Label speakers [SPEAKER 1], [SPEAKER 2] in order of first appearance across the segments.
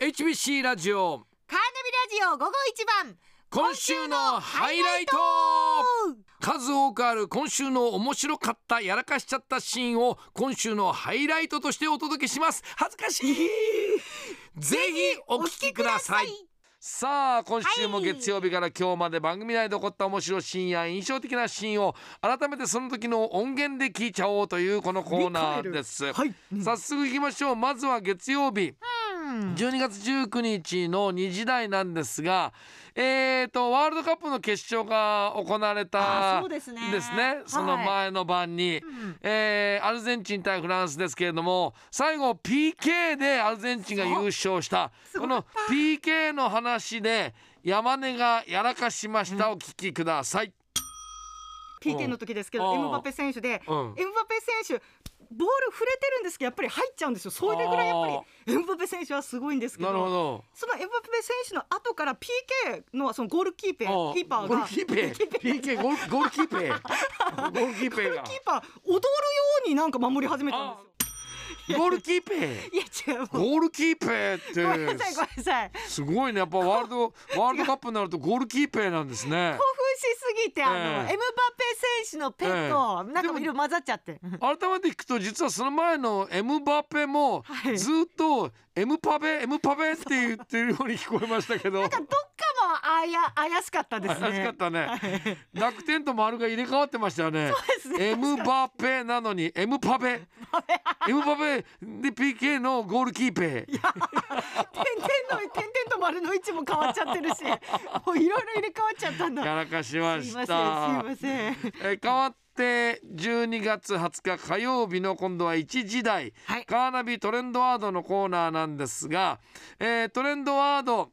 [SPEAKER 1] HBC ラジオ
[SPEAKER 2] カーナビラジオ午後一番
[SPEAKER 1] 今週のハイライト数多くある今週の面白かったやらかしちゃったシーンを今週のハイライトとしてお届けします恥ずかしいぜひお聞きくださいさあ今週も月曜日から今日まで番組内で起こった面白いシーンや印象的なシーンを改めてその時の音源で聞いちゃおうというこのコーナーです、
[SPEAKER 3] はい。
[SPEAKER 1] 早速いきましょうまずは月曜日
[SPEAKER 2] うん
[SPEAKER 1] 12月19日の2時台なんですが、えー、とワールドカップの決勝が行われ
[SPEAKER 3] あ
[SPEAKER 1] た
[SPEAKER 3] そうですね。
[SPEAKER 1] ですねその
[SPEAKER 3] はい
[SPEAKER 1] 前の晩に、
[SPEAKER 2] うん
[SPEAKER 1] えーアルゼンチン対フランスですけれども最後 PK でアルゼンチンが優勝した
[SPEAKER 2] そう
[SPEAKER 1] この PK の話で山根がやらかしましたお聞きください。
[SPEAKER 3] PK の時ですけ
[SPEAKER 1] う
[SPEAKER 3] ど、
[SPEAKER 1] ん
[SPEAKER 3] エムバペ選手で、
[SPEAKER 1] うん
[SPEAKER 3] エムバペ選手。ボール触れてるんですけどやっぱり入っちゃうんですよそれぐらいやっぱりエムバペ選手はすごいんですけど
[SPEAKER 1] なるほど
[SPEAKER 3] そのエムバペ選手の後から PK のそのゴールキーペーキーパー
[SPEAKER 1] ゴー
[SPEAKER 3] が
[SPEAKER 1] ルキーペー PK ゴールゴールキーペーゴールキーペーが
[SPEAKER 3] キーパー踊るようになんか守り始めたんで
[SPEAKER 1] ゴールキーペー
[SPEAKER 3] すよいや違うもう
[SPEAKER 1] ゴールキーペーって
[SPEAKER 3] ごめんなさいごめんなさい
[SPEAKER 1] すごいねやっぱワールドワールドカップになるとゴールキーペーなんですね
[SPEAKER 3] 興奮しすぎてあの、
[SPEAKER 1] ええ
[SPEAKER 3] エムバペ選手のペット、なんかいろいろ混ざっちゃって
[SPEAKER 1] 改めて聞くと実はその前のエムバペも
[SPEAKER 3] はい
[SPEAKER 1] ずっとエムパベエムパベって言ってるように聞こえましたけど
[SPEAKER 3] なんかどっかもあや怪しかったですね
[SPEAKER 1] 怪しかったね
[SPEAKER 3] はい
[SPEAKER 1] 楽天と丸が入れ替わってましたよね
[SPEAKER 3] ですね
[SPEAKER 1] エムバペなのにエムパベエムパベで PK のゴールキーペー
[SPEAKER 3] 点々の点々と丸の位置も変わっちゃっ てるし、もういろいろ入れ替わっちゃったんだ。
[SPEAKER 1] やらかします
[SPEAKER 3] い
[SPEAKER 1] した
[SPEAKER 3] ません、すいません。
[SPEAKER 1] えー変わって12月20日火曜日の今度は1時台、
[SPEAKER 3] はい
[SPEAKER 1] カーナビトレンドワードのコーナーなんですが、えートレンドワード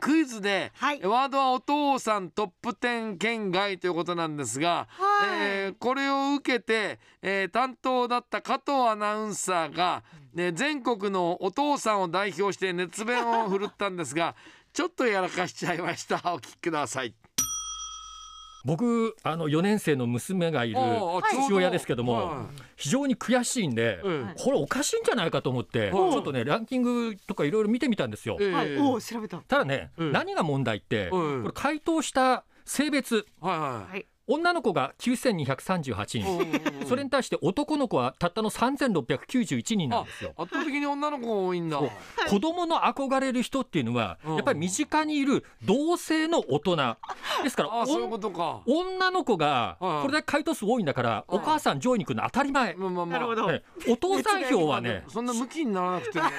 [SPEAKER 1] クイズで、
[SPEAKER 3] はい
[SPEAKER 1] ワードはお父さんトップ10圏外ということなんですが、
[SPEAKER 3] はい
[SPEAKER 1] えーこれを受けて、えー担当だった加藤アナウンサーが、ね、全国のお父さんを代表して熱弁を振るったんです がちょっとやらかしちゃいましたお聞きください。
[SPEAKER 4] 僕あの4年生の娘がいる
[SPEAKER 1] おーちょうど
[SPEAKER 4] 父親ですけども、
[SPEAKER 1] はい
[SPEAKER 4] 非常に悔しいんで、
[SPEAKER 1] うん
[SPEAKER 4] これおかしいんじゃないかと思っ
[SPEAKER 1] はい
[SPEAKER 4] て、ちょっとねランキングとかいろいろ見てみたんですよ。
[SPEAKER 1] えー
[SPEAKER 3] はい、おお、調べた。
[SPEAKER 4] ただね、
[SPEAKER 1] うん
[SPEAKER 4] 何が問題って、
[SPEAKER 1] うん
[SPEAKER 4] これ回答した性別
[SPEAKER 1] はいはい
[SPEAKER 3] はい
[SPEAKER 4] 女の子が9238人、
[SPEAKER 1] うん
[SPEAKER 4] それに対して男の子はたったの3691人なんですよ。
[SPEAKER 1] 圧倒的に女の子が多いんだ。
[SPEAKER 4] そう子供の憧れる人っていうのは、
[SPEAKER 1] うん
[SPEAKER 4] やっぱり身近にいる同性の大人ですから
[SPEAKER 1] ああそういうことか。
[SPEAKER 4] 女の子が
[SPEAKER 1] はい
[SPEAKER 4] これだけ回答数多いんだから、
[SPEAKER 1] はい
[SPEAKER 4] お母さん上位に来るの当たり前、
[SPEAKER 1] まあまあまあ
[SPEAKER 3] なるほど。
[SPEAKER 4] ねお父さん票は ね
[SPEAKER 1] そんな向きにならなくてもいいと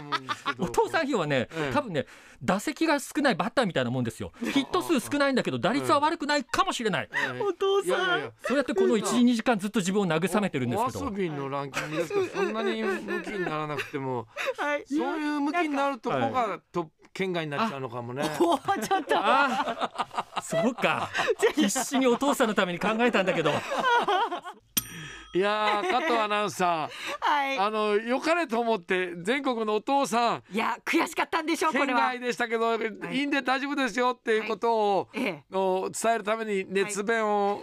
[SPEAKER 1] 思うんですけど。
[SPEAKER 4] お父さん票はね、
[SPEAKER 1] ええ
[SPEAKER 4] 多分ね打席が少ないバッターみたいなもんですよヒット数少ないんだけど打率は悪くないかもしれない、
[SPEAKER 1] え
[SPEAKER 3] お父
[SPEAKER 1] えいやいや
[SPEAKER 3] さ
[SPEAKER 1] い
[SPEAKER 3] ん
[SPEAKER 1] や。
[SPEAKER 4] そうやってこの12時間ずっと自分を慰めてるんですけ
[SPEAKER 1] おお
[SPEAKER 4] ど
[SPEAKER 1] 遊びのランキングですけど、そんなに向きにならなくて も、
[SPEAKER 3] はい。
[SPEAKER 1] そういう向きになるとこ
[SPEAKER 4] なんか
[SPEAKER 1] がと県外になっちゃうのかもね。
[SPEAKER 3] おお、ちょっと。
[SPEAKER 4] ああそう か必死にお父さんのために考えたんだけど
[SPEAKER 1] いやー加藤アナウンサー、
[SPEAKER 3] は
[SPEAKER 1] あの良かれと思って全国のお父さん
[SPEAKER 3] い。いや、悔しかったんでしょう、こ
[SPEAKER 1] 県
[SPEAKER 3] れは。
[SPEAKER 1] 外でしたけど、
[SPEAKER 3] い
[SPEAKER 1] いいんで大丈夫ですよっていうことを。
[SPEAKER 3] え
[SPEAKER 1] の伝えるために熱弁を、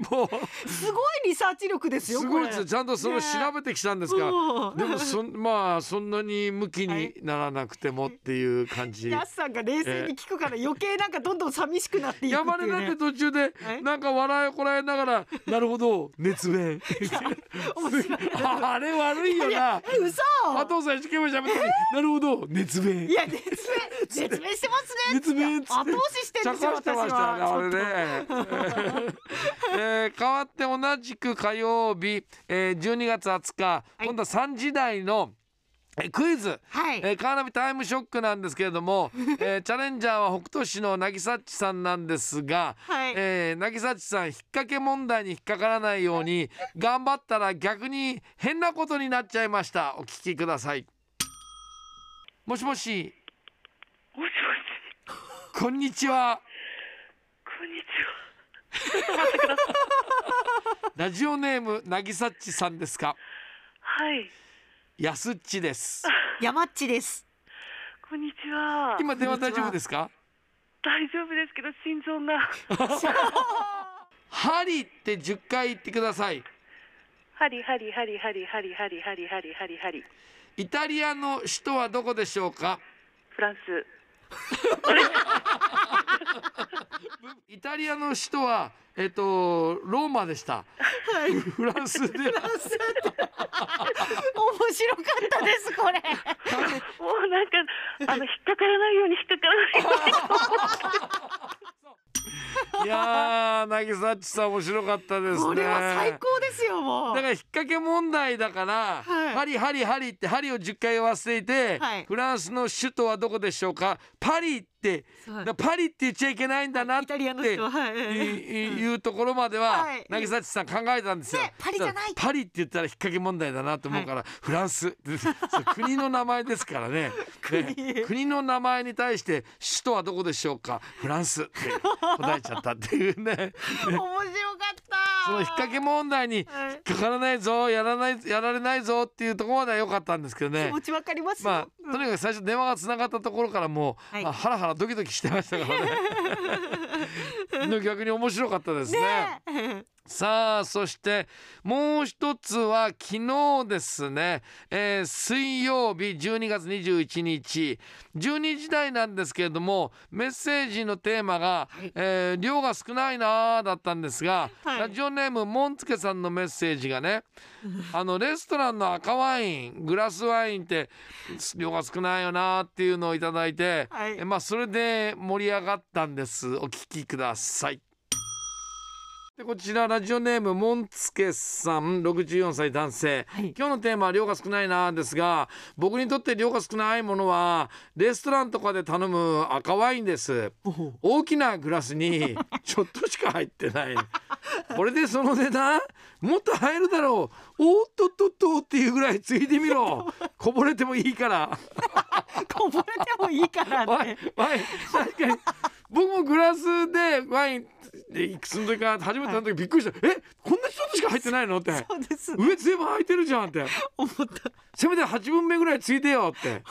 [SPEAKER 1] もう
[SPEAKER 3] え、すごいリサーチ力ですよ。
[SPEAKER 1] すごいで
[SPEAKER 3] こ
[SPEAKER 1] す
[SPEAKER 3] れ
[SPEAKER 1] よちゃんとその
[SPEAKER 3] ね
[SPEAKER 1] 調べてきたんですが、
[SPEAKER 3] おー
[SPEAKER 1] でもそんまあそんなに向きにならなくてもっていう感じ、
[SPEAKER 3] やすさんが冷静に聞くから、余計なんかどんどん寂しくなって いくって
[SPEAKER 1] 山根
[SPEAKER 3] いう
[SPEAKER 1] だって
[SPEAKER 3] ね。
[SPEAKER 1] 途中で
[SPEAKER 3] はい
[SPEAKER 1] なんか笑いをこらえながら「なるほど熱 弁」
[SPEAKER 3] 面白い。
[SPEAKER 1] あれ悪いよ
[SPEAKER 3] いや
[SPEAKER 1] な、
[SPEAKER 3] え嘘。
[SPEAKER 1] 加藤さん一生懸命喋ってる「なるほど熱弁
[SPEAKER 3] い」や、絶命、絶命してますね。
[SPEAKER 1] 熱弁っつって
[SPEAKER 3] 後押しして
[SPEAKER 1] ち
[SPEAKER 3] る
[SPEAKER 1] ゃ
[SPEAKER 3] んですよ、
[SPEAKER 1] かして
[SPEAKER 3] 私
[SPEAKER 1] ましたねあ
[SPEAKER 3] は。
[SPEAKER 1] れね、 えー変わって同じく火曜日、えー、12月20日、
[SPEAKER 3] い
[SPEAKER 1] 今度は3時台のえークイズ
[SPEAKER 3] はい。
[SPEAKER 1] えー、カーナビタイムショックなんですけれど も、えーチャレンジャーは北斗市の渚っちさんなんですが、
[SPEAKER 3] はい
[SPEAKER 1] えー、渚っちさん引っ掛け問題に引っかからないように頑張ったら逆に変なことになっちゃいましたお聞きくださいもしもし
[SPEAKER 5] もしもし、
[SPEAKER 1] こんにちは
[SPEAKER 5] こんにちは。
[SPEAKER 1] ラジオネーム渚っちさんですか
[SPEAKER 5] はい、
[SPEAKER 1] やすっちです
[SPEAKER 3] 山っちです。
[SPEAKER 5] こんにちは。
[SPEAKER 1] 今電話大丈夫ですか
[SPEAKER 5] 大丈夫ですけど、心臓が。
[SPEAKER 1] ハリって10回言ってください
[SPEAKER 5] ハリハリハリハリハリハリハリハリハリハリ。
[SPEAKER 1] イタリアの首都はどこでしょうか
[SPEAKER 5] フランス
[SPEAKER 1] イタリアの首都はえっとローマでした
[SPEAKER 3] はい。面
[SPEAKER 1] フランスでは
[SPEAKER 2] 白かったですこ れ。
[SPEAKER 5] もうなんかあの引っかからないように引っかからないように
[SPEAKER 1] いやー渚っちさん面白かったですね
[SPEAKER 3] これは最高ですよもう。
[SPEAKER 1] だから引っ掛け問題だから、
[SPEAKER 3] はい
[SPEAKER 1] 針針針って針を10回忘れて、
[SPEAKER 3] はい
[SPEAKER 1] フランスの首都はどこでしょうかパリって
[SPEAKER 3] そう
[SPEAKER 1] だパリって言っちゃいけないんだなっ
[SPEAKER 3] イ
[SPEAKER 1] て
[SPEAKER 3] タリアの人ははい。
[SPEAKER 1] いういうところまでは
[SPEAKER 3] はい
[SPEAKER 1] 渚っちさん考えたんですよ、
[SPEAKER 2] ねパリじゃない
[SPEAKER 1] だからパリって言ったら引っ掛け問題だなと思うから、フランスそう国の名前ですからねね国の名前に対して首都はどこでしょうかフランスって答えちゃったっていうね
[SPEAKER 2] 面白かった。
[SPEAKER 1] その引っ掛け問題に
[SPEAKER 3] はい
[SPEAKER 1] かからないぞやらないやられないぞっていうところまでは良かったんですけど
[SPEAKER 3] 気
[SPEAKER 1] ね
[SPEAKER 3] 持ちわかりますよ。
[SPEAKER 1] まあとにかく最初電話がつながったところからもう、
[SPEAKER 3] はい
[SPEAKER 1] まあ、ハラハラドキドキしてましたからね。でも逆に面白かったですね。
[SPEAKER 3] ね
[SPEAKER 1] さあそしてもう一つは昨日ですね、えー水曜日12月21日12時台なんですけれどもメッセージのテーマが、
[SPEAKER 3] はい
[SPEAKER 1] えー量が少ないなーだったんですが、
[SPEAKER 3] はい
[SPEAKER 1] ラジオネームもんつけさんのメッセージがねあのレストランの赤ワイングラスワインって量が少ないよなーっていうのをいただいて、
[SPEAKER 3] はい
[SPEAKER 1] えまあそれで盛り上がったんですお聞きください。でこちらラジオネームもんつけさん64歳男性、
[SPEAKER 3] はい
[SPEAKER 1] 今日のテーマは量が少ないなですが僕にとって量が少ないものはレストランとかで頼む赤ワインです大きなグラスにちょっとしか入ってないこれでその値段もっと入るだろうおっとっとっとっていうぐらいついてみろこぼれてもいいから
[SPEAKER 3] こぼれてもいいか ら
[SPEAKER 1] ワ
[SPEAKER 3] っ
[SPEAKER 1] イン
[SPEAKER 3] て。
[SPEAKER 1] ワイン確かに僕もグラスでワインでいくつの時か初めての時びっくりした、えこんなちょっとしか入ってないのって
[SPEAKER 3] そうです。
[SPEAKER 1] 上全部空いてるじゃんって
[SPEAKER 3] 思った。
[SPEAKER 1] せめて8分目ぐらいついてよって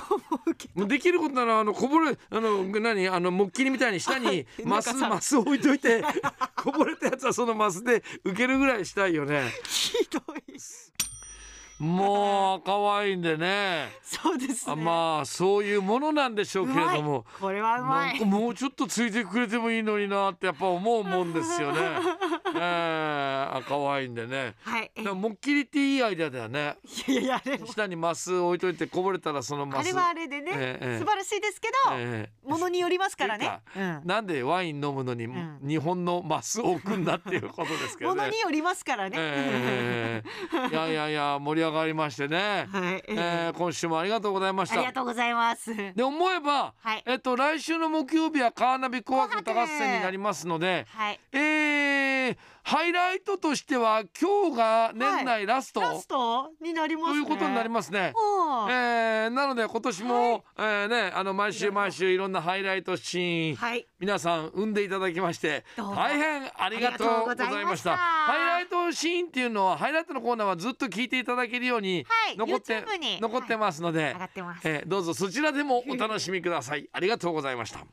[SPEAKER 1] もうできることならあのこぼれあの何あの木切りみたいに下にマスマス置いといて こぼれたやつはそのマスで受けるぐらいしたいよね
[SPEAKER 3] ひどい。
[SPEAKER 1] もう赤ワインでね
[SPEAKER 3] そうですね。
[SPEAKER 1] あまあそういうものなんでしょうけれども
[SPEAKER 3] これはうま
[SPEAKER 1] なんか
[SPEAKER 3] い。
[SPEAKER 1] もうちょっとついてくれてもいいのになってやっぱ思うもんです よね。えー、赤ワインでね。
[SPEAKER 3] はい。
[SPEAKER 1] でももっきりっていいアイデアだよね。
[SPEAKER 3] いやいやあれも
[SPEAKER 1] 下にマス置いといてこぼれたらそのマ
[SPEAKER 2] あ
[SPEAKER 1] ス。
[SPEAKER 2] れはあれでね、
[SPEAKER 1] ええええ
[SPEAKER 2] 素晴らしいですけど、
[SPEAKER 1] ええ
[SPEAKER 2] ものによりますからね。
[SPEAKER 1] って
[SPEAKER 2] う
[SPEAKER 1] いうかなんでワイン飲むのに
[SPEAKER 2] ん
[SPEAKER 1] 日本のマスを置くんだっていうことですけ
[SPEAKER 2] ん、も
[SPEAKER 1] どね。
[SPEAKER 2] のによりますからね。
[SPEAKER 1] ええいやいやいや盛り上がりましてね。
[SPEAKER 3] はい。
[SPEAKER 1] ええ今週もありがとうございまし
[SPEAKER 2] あ
[SPEAKER 1] た
[SPEAKER 2] り。がとうございます。
[SPEAKER 1] で思えば、
[SPEAKER 2] はい
[SPEAKER 1] えっと来週の木曜日はカーナビ紅白歌合戦になりますので、
[SPEAKER 2] はい。
[SPEAKER 1] えー、ハイライトとしては今日が年内ラスト、
[SPEAKER 3] ラストになります
[SPEAKER 1] と
[SPEAKER 3] ね。
[SPEAKER 1] いうことになりますね。
[SPEAKER 3] もう
[SPEAKER 1] えー、なので今年も、えーね、あの毎週毎週いろんなハイライトシーン、
[SPEAKER 3] はい。
[SPEAKER 1] 皆さん生んでいただきまして
[SPEAKER 3] どうも
[SPEAKER 1] 大変ありがとうございました
[SPEAKER 2] ありがとうございました
[SPEAKER 1] ハイライトシーンっていうのはハイライトのコーナーはずっと聞いていただけるように
[SPEAKER 2] はい
[SPEAKER 1] 残って、
[SPEAKER 2] YouTube に
[SPEAKER 1] 残ってますので、
[SPEAKER 2] 上がってます。
[SPEAKER 1] えーどうぞそちらでもお楽しみくださいありがとうございました